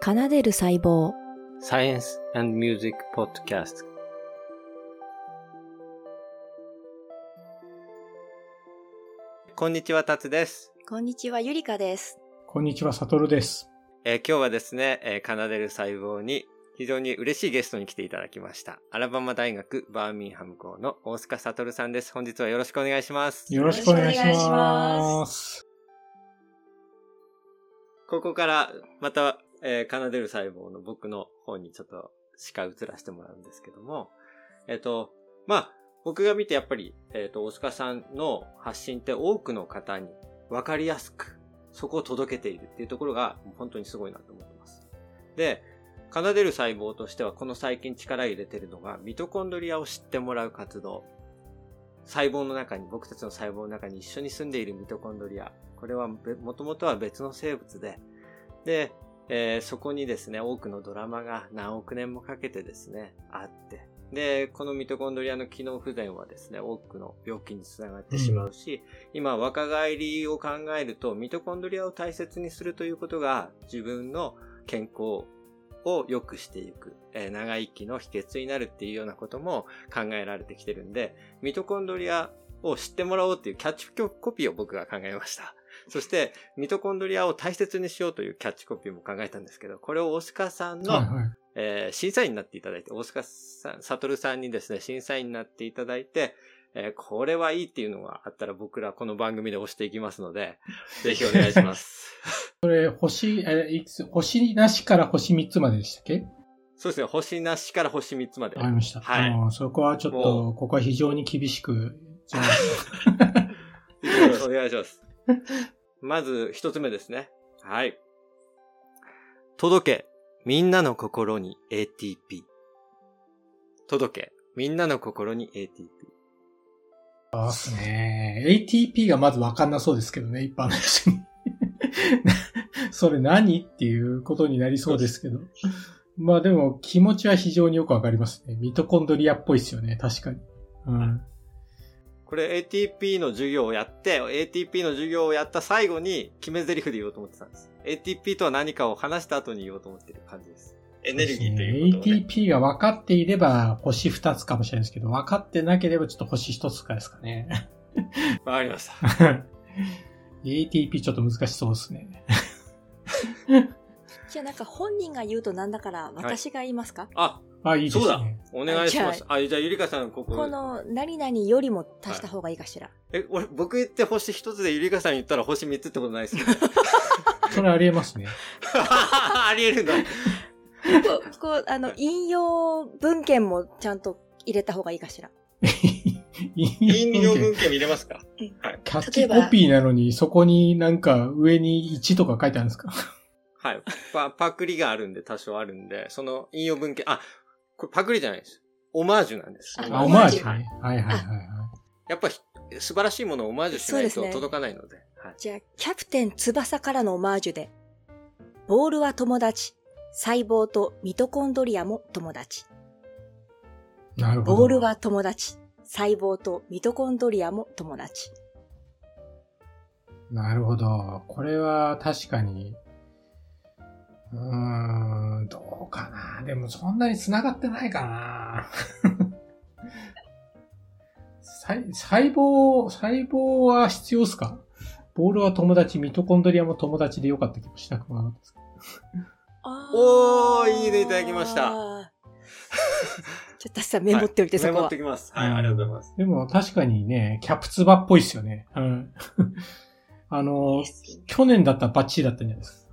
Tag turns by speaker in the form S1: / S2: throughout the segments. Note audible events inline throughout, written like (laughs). S1: 奏でる細胞
S2: Science and Music Podcast こんにちは、たつです。
S1: こんにちはゆりかです
S3: こんにちは、サトルです。
S2: えー今日はですね、えー奏でる細胞に非常に嬉しいゲストに来ていただきました。アラバマ大学バーミンハム校の大塚悟さんです。本日はよろしくお願いします。
S3: よろしくお願いします。
S2: ここからまた、えー奏でる細胞の僕の方にちょっと視界移らせてもらうんですけども、えっ、と、まあ、僕が見てやっぱり、えっ、と、大塚さんの発信って多くの方に分かりやすく、そこを届けているっていうところが本当にすごいなと思ってます。で、奏でる細胞としてはこの最近力入れてるのが、ミトコンドリアを知ってもらう活動。細胞の中に、僕たちの細胞の中に一緒に住んでいるミトコンドリア。これはべ、もともとは別の生物で、で、えーそこにですね、多くのドラマが何億年もかけてですね、あって。で、このミトコンドリアの機能不全はですね、多くの病気につながってしまうし、今若返りを考えると、ミトコンドリアを大切にするということが、自分の健康を良くしていく、えー長生きの秘訣になるっていうようなことも考えられてきてるんで、ミトコンドリアを知ってもらおうっていうキャッチコピーを僕が考えました。そして、ミトコンドリアを大切にしようというキャッチコピーも考えたんですけど、これを大塚さんの、
S3: はいはい。
S2: えー審査員になっていただいて、大塚さん、悟さんにですね、審査員になっていただいて、えーこれはいいっていうのがあったら僕らこの番組で押していきますので、ぜひお願いします。
S3: (laughs) それ、星、え、いくつ、星なしから星3つまででしたっけ
S2: そうですね、星なしから星3つまで
S3: わ。かりました。
S2: はい
S3: あのそこはちょっ
S2: も
S3: と、ここは非常に厳しく。じゃあ
S2: お願いします。まず一つ目ですね。はい。届け、みんなの心に ATP。届け、みんなの心に ATP。
S3: そうですね。ATP (laughs) がまずわかんなそうですけどね、一般の人に。 (laughs) それ何っていうことになりそうですけど。まあでも、気持ちは非常によくわかりますね。ミトコンドリアっぽいですよね、確かに。うん。
S2: これ ATP の授業をやって、ATP の授業をやった最後に決め台詞で言おうと思ってたんです。ATP とは何かを話した後に言おうと思ってる感じです。エネルギーということをね。
S3: ATP が分かっていれば星2つかもしれないですけど、分かってなければちょっと星1つかですか
S2: (laughs)
S3: ね。
S2: わかりました。
S3: ATP ちょっと難しそうですね。
S1: じゃあなんか本人が言うとなんだから私が言いますか、
S2: あ、
S3: あ、いいです
S2: そうだ
S3: ね。。
S2: お願いします。あ、じゃあゆりかさん、ここ。
S1: この何々よりも足した方がいいかしら、
S2: え、俺、僕言って星一つでゆりかさん言ったら星三つってことないですよね。
S3: それありえますね。
S2: (laughs) ありえるんだ。
S1: こ (laughs) うこうあの引用文献もちゃんと入れた方がいいかしら
S3: 引用文献
S2: 献見れますか
S3: キャッチコピーなのに、そこになんか上に1とか書いてあるんですか
S2: はい。パ、パクリがあるんで、多少あるんで、その引用文献、あ、これパクリじゃないです。オマージュなんです。
S1: あ
S3: あ、オマージ
S1: オマ
S3: ュね。はいはいはいはい。
S2: やっぱひ素晴らしいものをオマージュしないと届かないので。はい、
S1: じゃあキャプテン翼からのオマージュでボールは友達細胞とミトコンドリアも友達
S3: なるほど。
S1: ボールは友達。細胞とミトコンドリアも友達。
S3: なるほど。これは確かに、うーん、どうかな。でもそんなに繋がってないかな。 (laughs) 細細胞、細胞は必要っすかボールは友達、ミトコンドリアも友達でよかった気もしなくもなかったですけど
S2: おーいいねいただきました
S1: (laughs) ちょっと私さんメモっておいて、
S2: メ
S1: そこ
S2: モ
S1: は
S2: って。きます。
S3: はいありがとうござ
S2: います。
S3: でも確かにね、キャプツバっぽいっすよね。うん。 (laughs) あの、去年だったらバッチリだったんじゃないです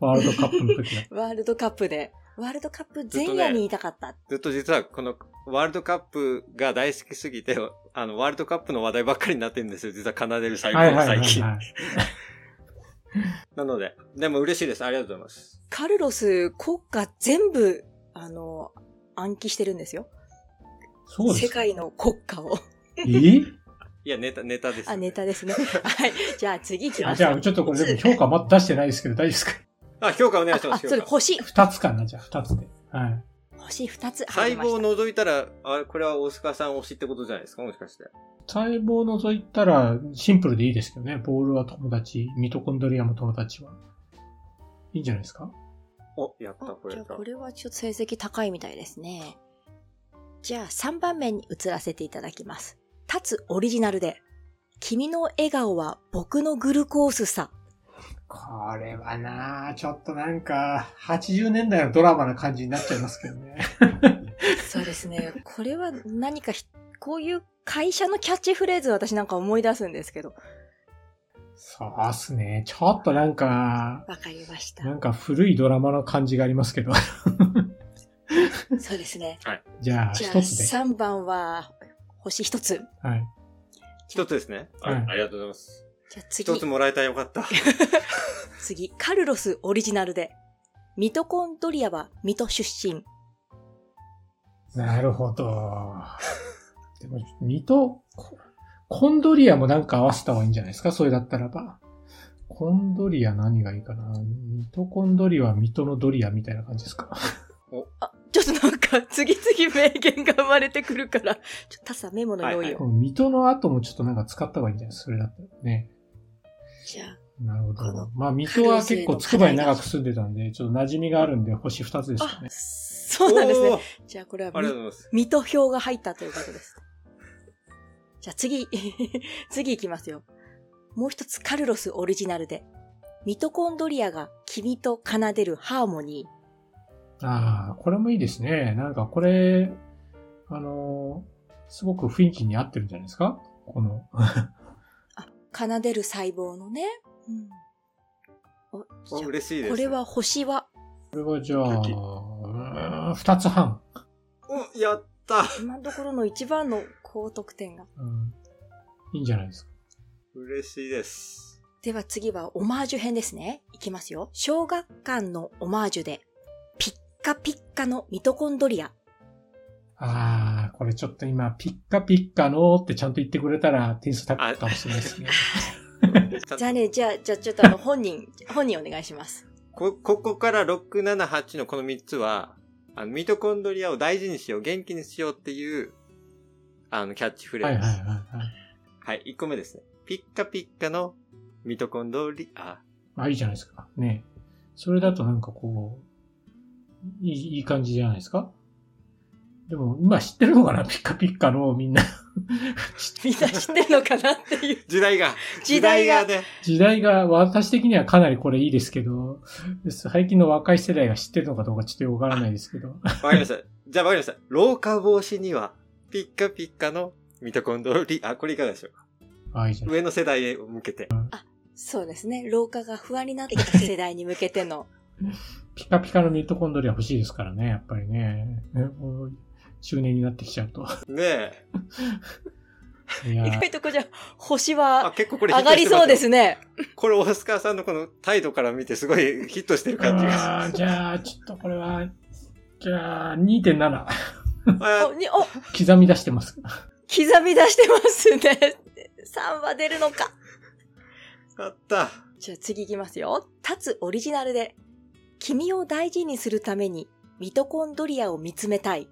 S3: か。ワールドカップの時だった。
S1: ワールドカップで。ワールドカップ前夜にいたかった。
S2: ずっと実はこのワールドカップが大好きすぎて、あの、ワールドカップの話題ばっかりになってるんですよ。実は奏でる最
S3: はい
S2: 高
S3: は
S2: の
S3: いはい
S2: 最近。
S3: はい。
S2: なので、でも嬉しいです。ありがとうございます。
S1: カルロス国家全部、あの、暗記してるんですよ。
S3: そうです
S1: 世
S3: か。
S1: 界の国家を。 (laughs)
S3: え
S2: いや、ネタ、ネタです、
S1: あ、ネ。タですね。はい。じゃあ次行きま
S3: あ
S1: す
S3: じ。ゃあ、ちょっとこれでも評価まだ出してないですけど、大丈夫ですか
S2: あ、評価お願いし
S1: あ、
S2: ま
S1: あ
S2: す。
S1: それ
S2: 評価
S1: 星。
S3: 二つかな、じゃあ、二つで。はい。
S1: 星二つ入
S2: 細
S1: りま
S2: 胞
S1: し
S2: を除いたら、あ、これは大塚さん推しってことじゃないですかもしかして。
S3: 細胞を除いたら、シンプルでいいですけどね。ボールは友達、ミトコンドリアも友達は。いいんじゃないですか
S2: お、やった、
S1: あ
S2: これ
S1: じゃあ
S2: だ。
S1: これはちょっと成績高いみたいですね。じゃあ3番目に移らせていただきます。立つオリジナルで、君の笑顔は僕のグルコースさ。
S3: これはなあちょっとなんか、80年代のドラマな感じになっちゃいますけどね。
S1: そうです (laughs) ね。これは何かひ、こういう会社のキャッチフレーズを私なんか思い出すんですけど。
S3: (laughs) そうっすね。ちょっとなんか、
S1: わかりました
S3: なんか古いドラマの感じがありますけど。 (laughs)
S1: そうですね。
S3: じゃあ、
S1: じゃあ
S3: 一つで。
S1: 3番は星1つ。
S3: はい。
S2: 一つですね。
S3: はい
S2: ありがとうございます。
S1: じゃあ
S2: 一
S1: 次
S2: つ、もらえたらよか
S1: (laughs)
S2: った。
S1: 次、カルロスオリジナルで、ミトコンドリアはミト出身。
S3: なるほど。でも、ミト、ココンドリアもなんか合わせた方がいいんじゃないですかそれだったらば。コンドリア何がいいかなミトコンドリアはミトのドリアみたいな感じですか
S1: あ、ちょっとなんか、次々名言が生まれてくるから、ちょっとタスさんメモの用
S2: はい
S1: 意
S2: は
S1: を。
S3: このミトの後もちょっとなんか使った方がいいんじゃないそれだったらね。
S1: じゃあ、
S3: なるほ
S1: この
S3: ど。まあ、ミトは結構つくばに長く住んでたんで、ちょっと馴染みがあるんで星2つですよ
S1: あ
S3: ね、。
S1: そうなんです
S2: お
S1: ね。
S2: ー
S1: じゃあこれは
S2: ありがとう
S1: み、
S2: ございます。
S1: 水戸表が入ったということです。じゃあ次、 (laughs) 次いきますよ。もう一つ、カルロスオリジナルで。ミトコンドリアが君と奏でるハーモニー。
S3: ああ、これもいいですね。なんかこれ、あのーすごく雰囲気に合ってるんじゃないですかこの、
S1: 奏でる細胞のね。うん。お
S2: お
S1: じゃあ
S2: 嬉しいです。
S1: これは星は、
S3: これはじゃ
S2: 武器
S3: あ、二つ半、
S2: お、やった
S1: 今のところの一番の高得点が。
S3: うんいいんじゃないですか。
S2: 嬉しいです。
S1: では次はオマージュ編ですね。いきますよ。小学館のオマージュで、ピッカピッカのミトコンドリア。
S3: ああ、これちょっと今、ピッカピッカのーってちゃんと言ってくれたら点数高いかもしれないですね。
S1: じゃあね、じゃあ、じゃあちょっとあの本人、本人お願いします。
S2: こ、ここから6、7、8のこの3つは、あの、ミトコンドリアを大事にしよう、元気にしようっていう、あ (laughs) の、キャッチフレー
S3: はい
S2: ズ
S3: はい
S2: です。
S3: は
S2: はい
S3: はい。
S2: い、1個目ですね。ピッカピッカのミトコンドリア。
S3: まあいいじゃないですか。ねそれだとなんかこう、いい、いい感じじゃないですかでも、今知ってるのかなピッカピッカのみんな。 (laughs)
S1: みんな知ってるのかなっていう。
S2: 時代が。
S1: (laughs) 時代が
S2: ね。
S3: 時代が、私的にはかなりこれいいですけど、最近の若い世代が知ってるのかどうかちょっとよくわからないですけど。
S2: わかりました。じゃあわかりました。老化防止には、ピッカピッカのミトコンドリア。これいかがでしょうか
S3: ああ、いいじゃない
S2: 上の世代へ向けて。
S1: そうですね。老化が不安になってきた世代に向けての。
S3: ピカピカのミトコンドリア欲しいですからね、やっぱりね。ねもう中年になってきちゃうと。 (laughs)
S2: ねえ。
S3: い
S1: 意
S3: や
S1: 外とこうじゃあ、星
S2: あ、
S1: は
S2: 結構これヒッ
S1: 上
S2: トし
S1: が
S2: て
S1: り
S2: ますよ
S1: そうですね。
S2: これ、オスカーさんのこの態度から見て、すごいヒットしてる感じが
S1: (laughs)
S2: します。
S3: あーじゃあ、ちょっとこれは、じゃあ、2.7。
S1: お、
S2: あ
S1: にお
S3: 刻み出してます。
S1: 刻み出してますね。3は出るのか。
S2: あった。
S1: じゃあ次いきますよ。立つオリジナルで。君を大事にするために、ミトコンドリアを見つめたい。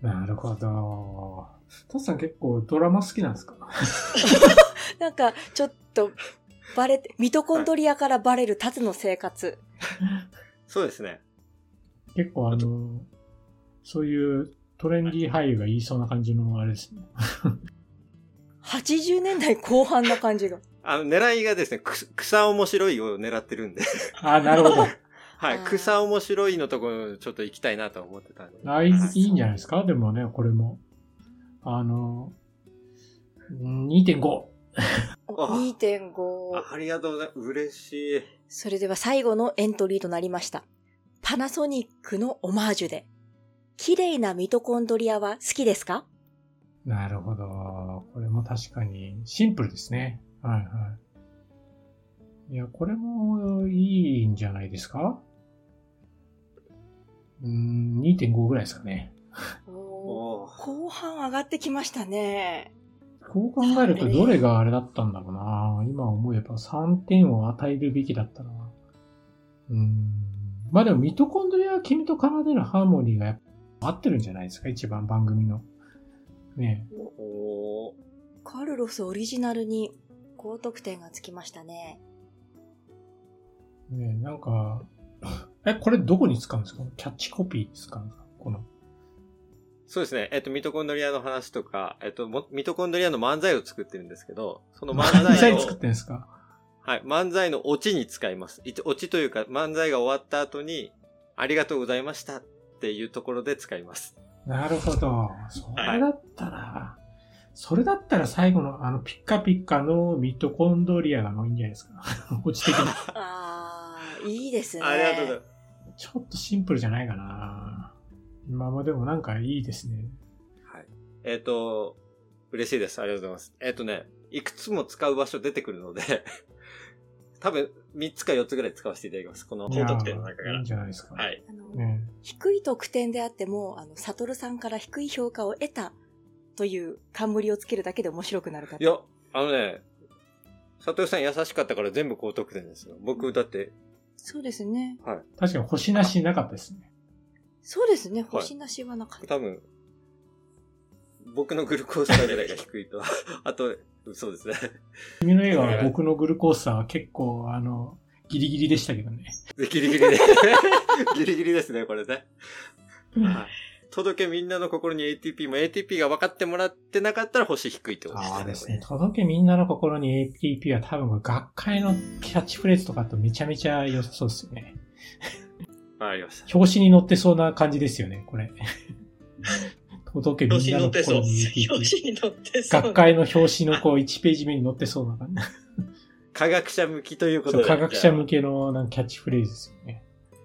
S3: なるほど。トスさん結構ドラマ好きなんですか
S1: なんか、ちょっと、バレ
S2: (laughs)
S1: て、ミトコンドリアからバレる立つの生活。
S2: そうですね。
S3: 結構あの、そういうトレンディー俳優が言いそうな感じのあれですね。
S1: 80年代後半な感じが。
S2: あの、狙いがですね、く草面白いを狙ってるんで。
S3: あーなるほど。
S2: はい。
S1: あー
S2: 草面白いのところ、ちょっと行きたいなと思ってたんで。
S3: あいいいいんじゃないですかでもね、これも。あの、うん2.5。
S1: お
S2: あ
S1: 2.5
S2: あ。ありがとうございます。嬉しい。
S1: それでは最後のエントリーとなりました。パナソニックのオマージュで。綺麗なミトコンドリアは好きですか
S3: なるほど。これも確かにシンプルですね。はいはい。いや、これもいいんじゃないですかうーん、2.5ぐらいですかね。
S2: おー
S1: 後半上がってきましたね。
S3: こう考えるとどれがあれだったんだろうな。今思えば3点を与えるべきだったな。うーん。まあでもミトコンドリアは君と奏でるハーモニーがやっぱ合ってるんじゃないですか一番番組の。ねえ
S2: おー
S1: カルロスオリジナルに高得点がつきましたね。
S3: ねえなんか、え、これどこに使うんですかキャッチコピーに使うんですかこの。
S2: そうですね。えっと、ミトコンドリアの話とか、えっと、もミトコンドリアの漫才を作ってるんですけど、その漫
S3: 漫
S2: 才
S3: 才
S2: を、
S3: 作ってるんですか
S2: はい、漫才のオチに使います。いオチというか、漫才が終わった後に、ありがとうございましたっていうところで使います。
S3: なるほど。それだったら、それだったら最後のあのピッカピッカのミトコンドリアがもういいんじゃないですか。 (laughs) 落ち的に。
S1: ああ、いいですね。
S2: ありがとうございます。
S3: ちょっとシンプルじゃないかな。今までもなんかいいですね。
S2: はい。えっ、と、嬉しいです。ありがとうございます。えっ、とね、いくつも使う場所出てくるので、多分3つか4つぐらい使わせていただきます。この高得点の中か
S3: いやいい
S2: ら
S3: ん。じゃないですか。
S2: はい。
S1: あの
S3: ね
S1: 低い得点であっても、あの、サトルさんから低い評価を得たという冠をつけるだけで面白くなるか
S2: いや、あのね、佐藤さん優しかったから全部高得点ですよ。僕だって、
S1: そうですね。
S3: 確かに星なしなかったですね。
S1: そうですね。星なしはなかった。
S2: 多分、僕のグルコースターぐらいが低いと。 (laughs) あと、そうですね。 (laughs)
S3: 君の映画は僕のグルコースターは結構、あの、ギリギリでしたけどね。
S2: ギリギリで。 (laughs) ギリギリですね、これね。はい届けみんなの心に ATP も ATP が分かってもらってなかったら星低いってことですね。
S3: そうですね。届けみんなの心に ATP は多分学会のキャッチフレーズとかとめちゃめちゃ良さそうですよね。
S2: わかりました。
S3: 表紙に載ってそうな感じですよね、これ。届けみ
S4: 表紙に載
S3: んなの
S4: ってそう。
S3: 心に
S4: 表
S3: ATP。
S4: 紙に載ってそう。
S3: 学会の表紙のこう1ページ目に載ってそうな感じ。
S2: 科学者向きということ
S3: そう
S2: で。
S3: 科学者向
S2: き。
S3: けのなんかキャッチフレーズですよね。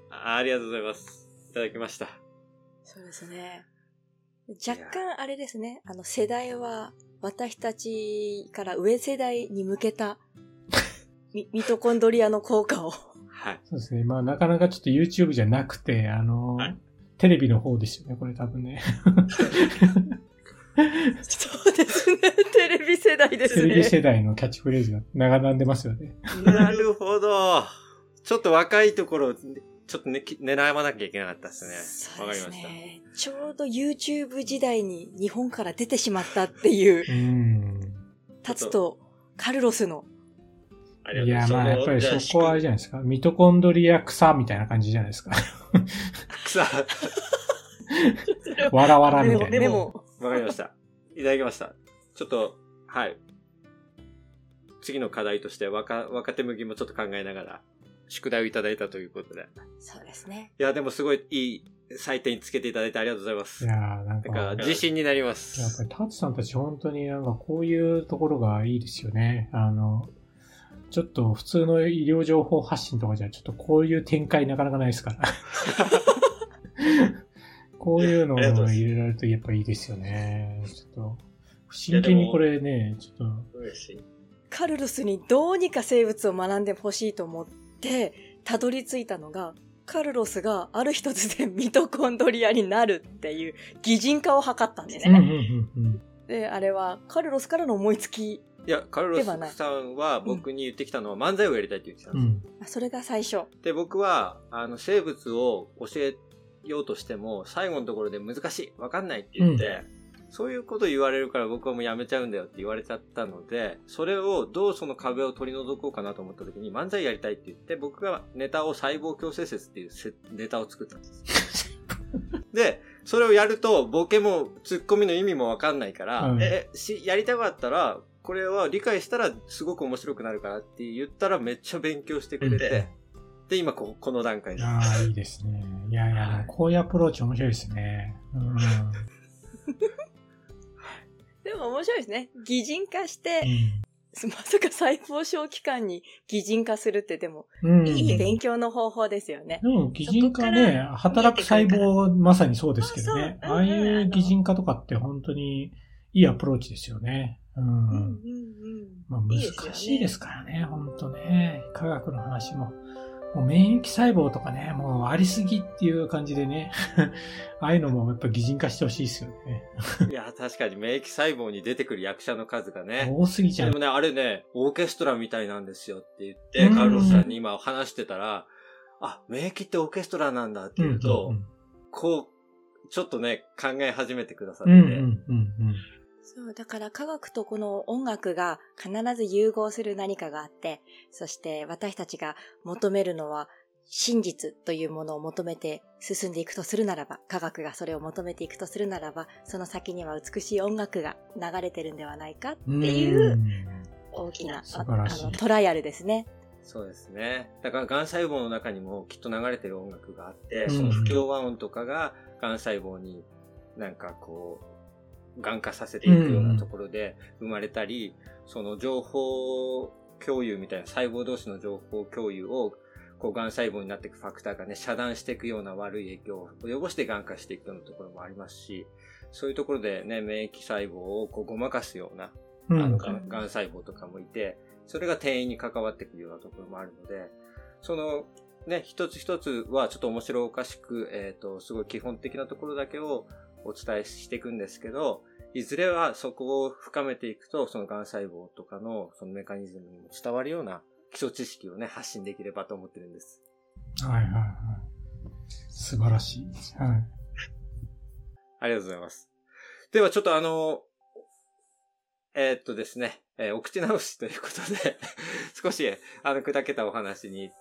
S2: あありがとうございます。いただきました。
S1: そうですね。若干あれですね。あの、世代は私たちから上世代に向けたミミトコンドリアの効
S2: (laughs)
S1: 果を。
S2: はい。
S3: そうですね。まあなかなかちょっと YouTube じゃなくて、あの、
S2: はい
S3: テレビの方ですよね、これ多分ね。
S1: そうですね。テレビ世代で
S3: テ
S1: す
S3: レビ
S1: ね。
S3: 世代のキャッチフレーズが長並んでますよね。
S2: なるほど。ちょっと若いところを、ちょっとね、き狙わなきゃいけなかったですね。
S1: そ
S2: わ
S1: う
S2: か
S1: で
S2: り
S1: す
S2: ました。
S1: ね。ちょうど YouTube 時代に日本から出てしまったっていう
S2: (laughs)
S3: う、ん。
S1: 立つとカルロスの
S2: あ
S3: い
S2: りが
S3: や、
S2: とう
S3: ま
S2: ご
S3: あ
S2: ざいま
S3: やっ
S2: す。
S3: ぱりそこはあれじ
S2: ゃ
S3: ゃないですか。ミトコンドリア草みたいな感じじゃないですか。
S2: 草。
S3: わらわら
S1: メ
S3: み
S1: モ
S3: たいな。
S1: メモ
S2: わかりました。いただきました。ちょっと、はい。次の課題として若、若手向きもちょっと考えながら、宿題をいただいたということで。
S1: そうですね。
S2: いや、でもすごいいい採点つけていただいてありがとうございます。
S3: いやーなんか、
S2: な
S3: や
S2: んか、
S3: っぱ
S2: 自信になりま
S3: り
S2: す。
S3: タツさんたち本当になんかこういうところがいいですよね。あの、ちょっと普通の医療情報発信とかじゃちょっとこういう展開なかなかないで
S2: (laughs)
S3: すから。こういうのを
S4: ありがとうございます
S3: 入れられるとやっぱいいですよね。ちょっと、真剣にこれね、ちょっと、
S4: 嬉しい。
S1: カルロスにどうにか生物を学んでほしいと思って、たどり着いたのが、カルロスがある日突然ミトコンドリアになるっていう擬人化を図ったんです
S3: うんうん
S1: ね。
S3: うんうん。
S1: で、あれはカルロスからの思いつき。
S2: いや、カルロ
S1: ではない
S2: スさんは僕に言ってきたのは漫才をやりたいって言ってたん
S3: う
S2: ですよ。
S3: ん。
S1: あそれが最初。
S2: で、僕は、あの、生物を教えようとしても、最後のところで難しい、わかんないって言って、そういうこと言われるから僕はもうやめちゃうんだよって言われちゃったので、それをどうその壁を取り除こうかなと思った時に漫才やりたいって言って、僕がネタを細胞共生説っていうせネタを作ったん
S3: (laughs)
S2: です。で、それをやると、ボケもツッコミの意味もわかんないから、
S3: うん
S2: え、し、やりたかったら、これは理解したらすごく面白くなるからって言ったらめっちゃ勉強してくれて、で、今こ、この段階
S3: い
S2: で
S3: やーいいですね。いやいや、でもこういうアプローチ面白いですね。うん。
S1: でも面白いですね。擬人化して、
S3: う
S1: まさか細胞小器官に擬人化するってでも、
S3: ん。う
S1: (laughs)
S3: ん
S1: いい勉強の方法ですよね。
S3: でも、擬人化ね、働く細胞はまさにそうですけどね。
S4: そうそう
S3: ああいう擬人化とかって本当にいいアプローチですよね。うん。まあ、
S4: いいで
S3: 難
S4: すよね
S3: しいですからね、本当ね。科学の話も。もう免疫細胞とかね、もうありすぎっていう感じでね。 (laughs) ああいうのもやっぱ擬人化してほしいですよね。
S2: いや、確かに免疫細胞に出てくる役者の数がね。
S3: 多すぎちゃ
S2: で
S3: う
S2: も。ね、あれね、オーケストラみたいなんですよって言って、
S3: うん
S2: カルロスさんに今話してたら、あ、免疫ってオーケストラなんだって
S3: うん
S2: 言うと、
S3: うん
S2: こう、ちょっとね、考え始めてくださっ
S3: う
S2: て、
S3: んうんうん
S1: そう、だから科学とこの音楽が必ず融合する何かがあって、そして私たちが求めるのは真実というものを求めて進んでいくとするならば、科学がそれを求めていくとするならば、その先には美しい音楽が流れてるんではないかっていううん大きな、
S3: 素晴らしい
S1: あのトライアルですね。
S2: そうですね。だから、癌細胞の中にもきっと流れてる音楽があって、
S3: うん
S2: その不協和音とかが、癌細胞になんかこう、癌化させていくようなところで生まれたり、その情報共有みたいな、細胞同士の情報共有を、こう、癌細胞になっていくファクターがね、遮断していくような悪い影響を及ぼして癌化していくようなところもありますし、そういうところでね、免疫細胞をこう、ごまかすような、
S3: うん
S2: あの、がんがん細胞とかもいて、それが転移に関わってくるようなところもあるので、その、ね、一つ一つはちょっと面白おかしく、えっ、と、すごい基本的なところだけをお伝えしていくんですけど、いずれはそこを深めていくと、そのがん細胞とかのそのメカニズムにも伝わるような基礎知識をね、発信できればと思ってるんです。
S3: はいはいはい。素晴らしい。はい。
S2: ありがとうございます。では、ちょっとあの、えーっとですね、えーお口直しということで、 (laughs) 少し、あの、砕けたお話に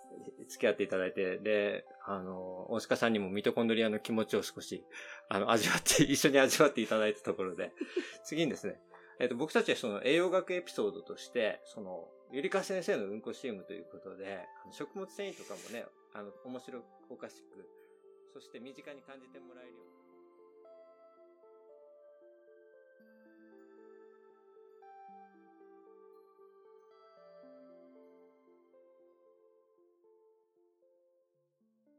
S2: 付き合っていただいて、で、あの、大鹿さんにもミトコンドリアの気持ちを少し、あの、味わって、 (laughs) 一緒に味わっていただいたところで、次にですね、えーっと、僕たちはその栄養学エピソードとして、その、ゆりか先生のうんこチームということで、あの食物繊維とかもね、あの、面白おかしく、そして身近に感じてもらえるように。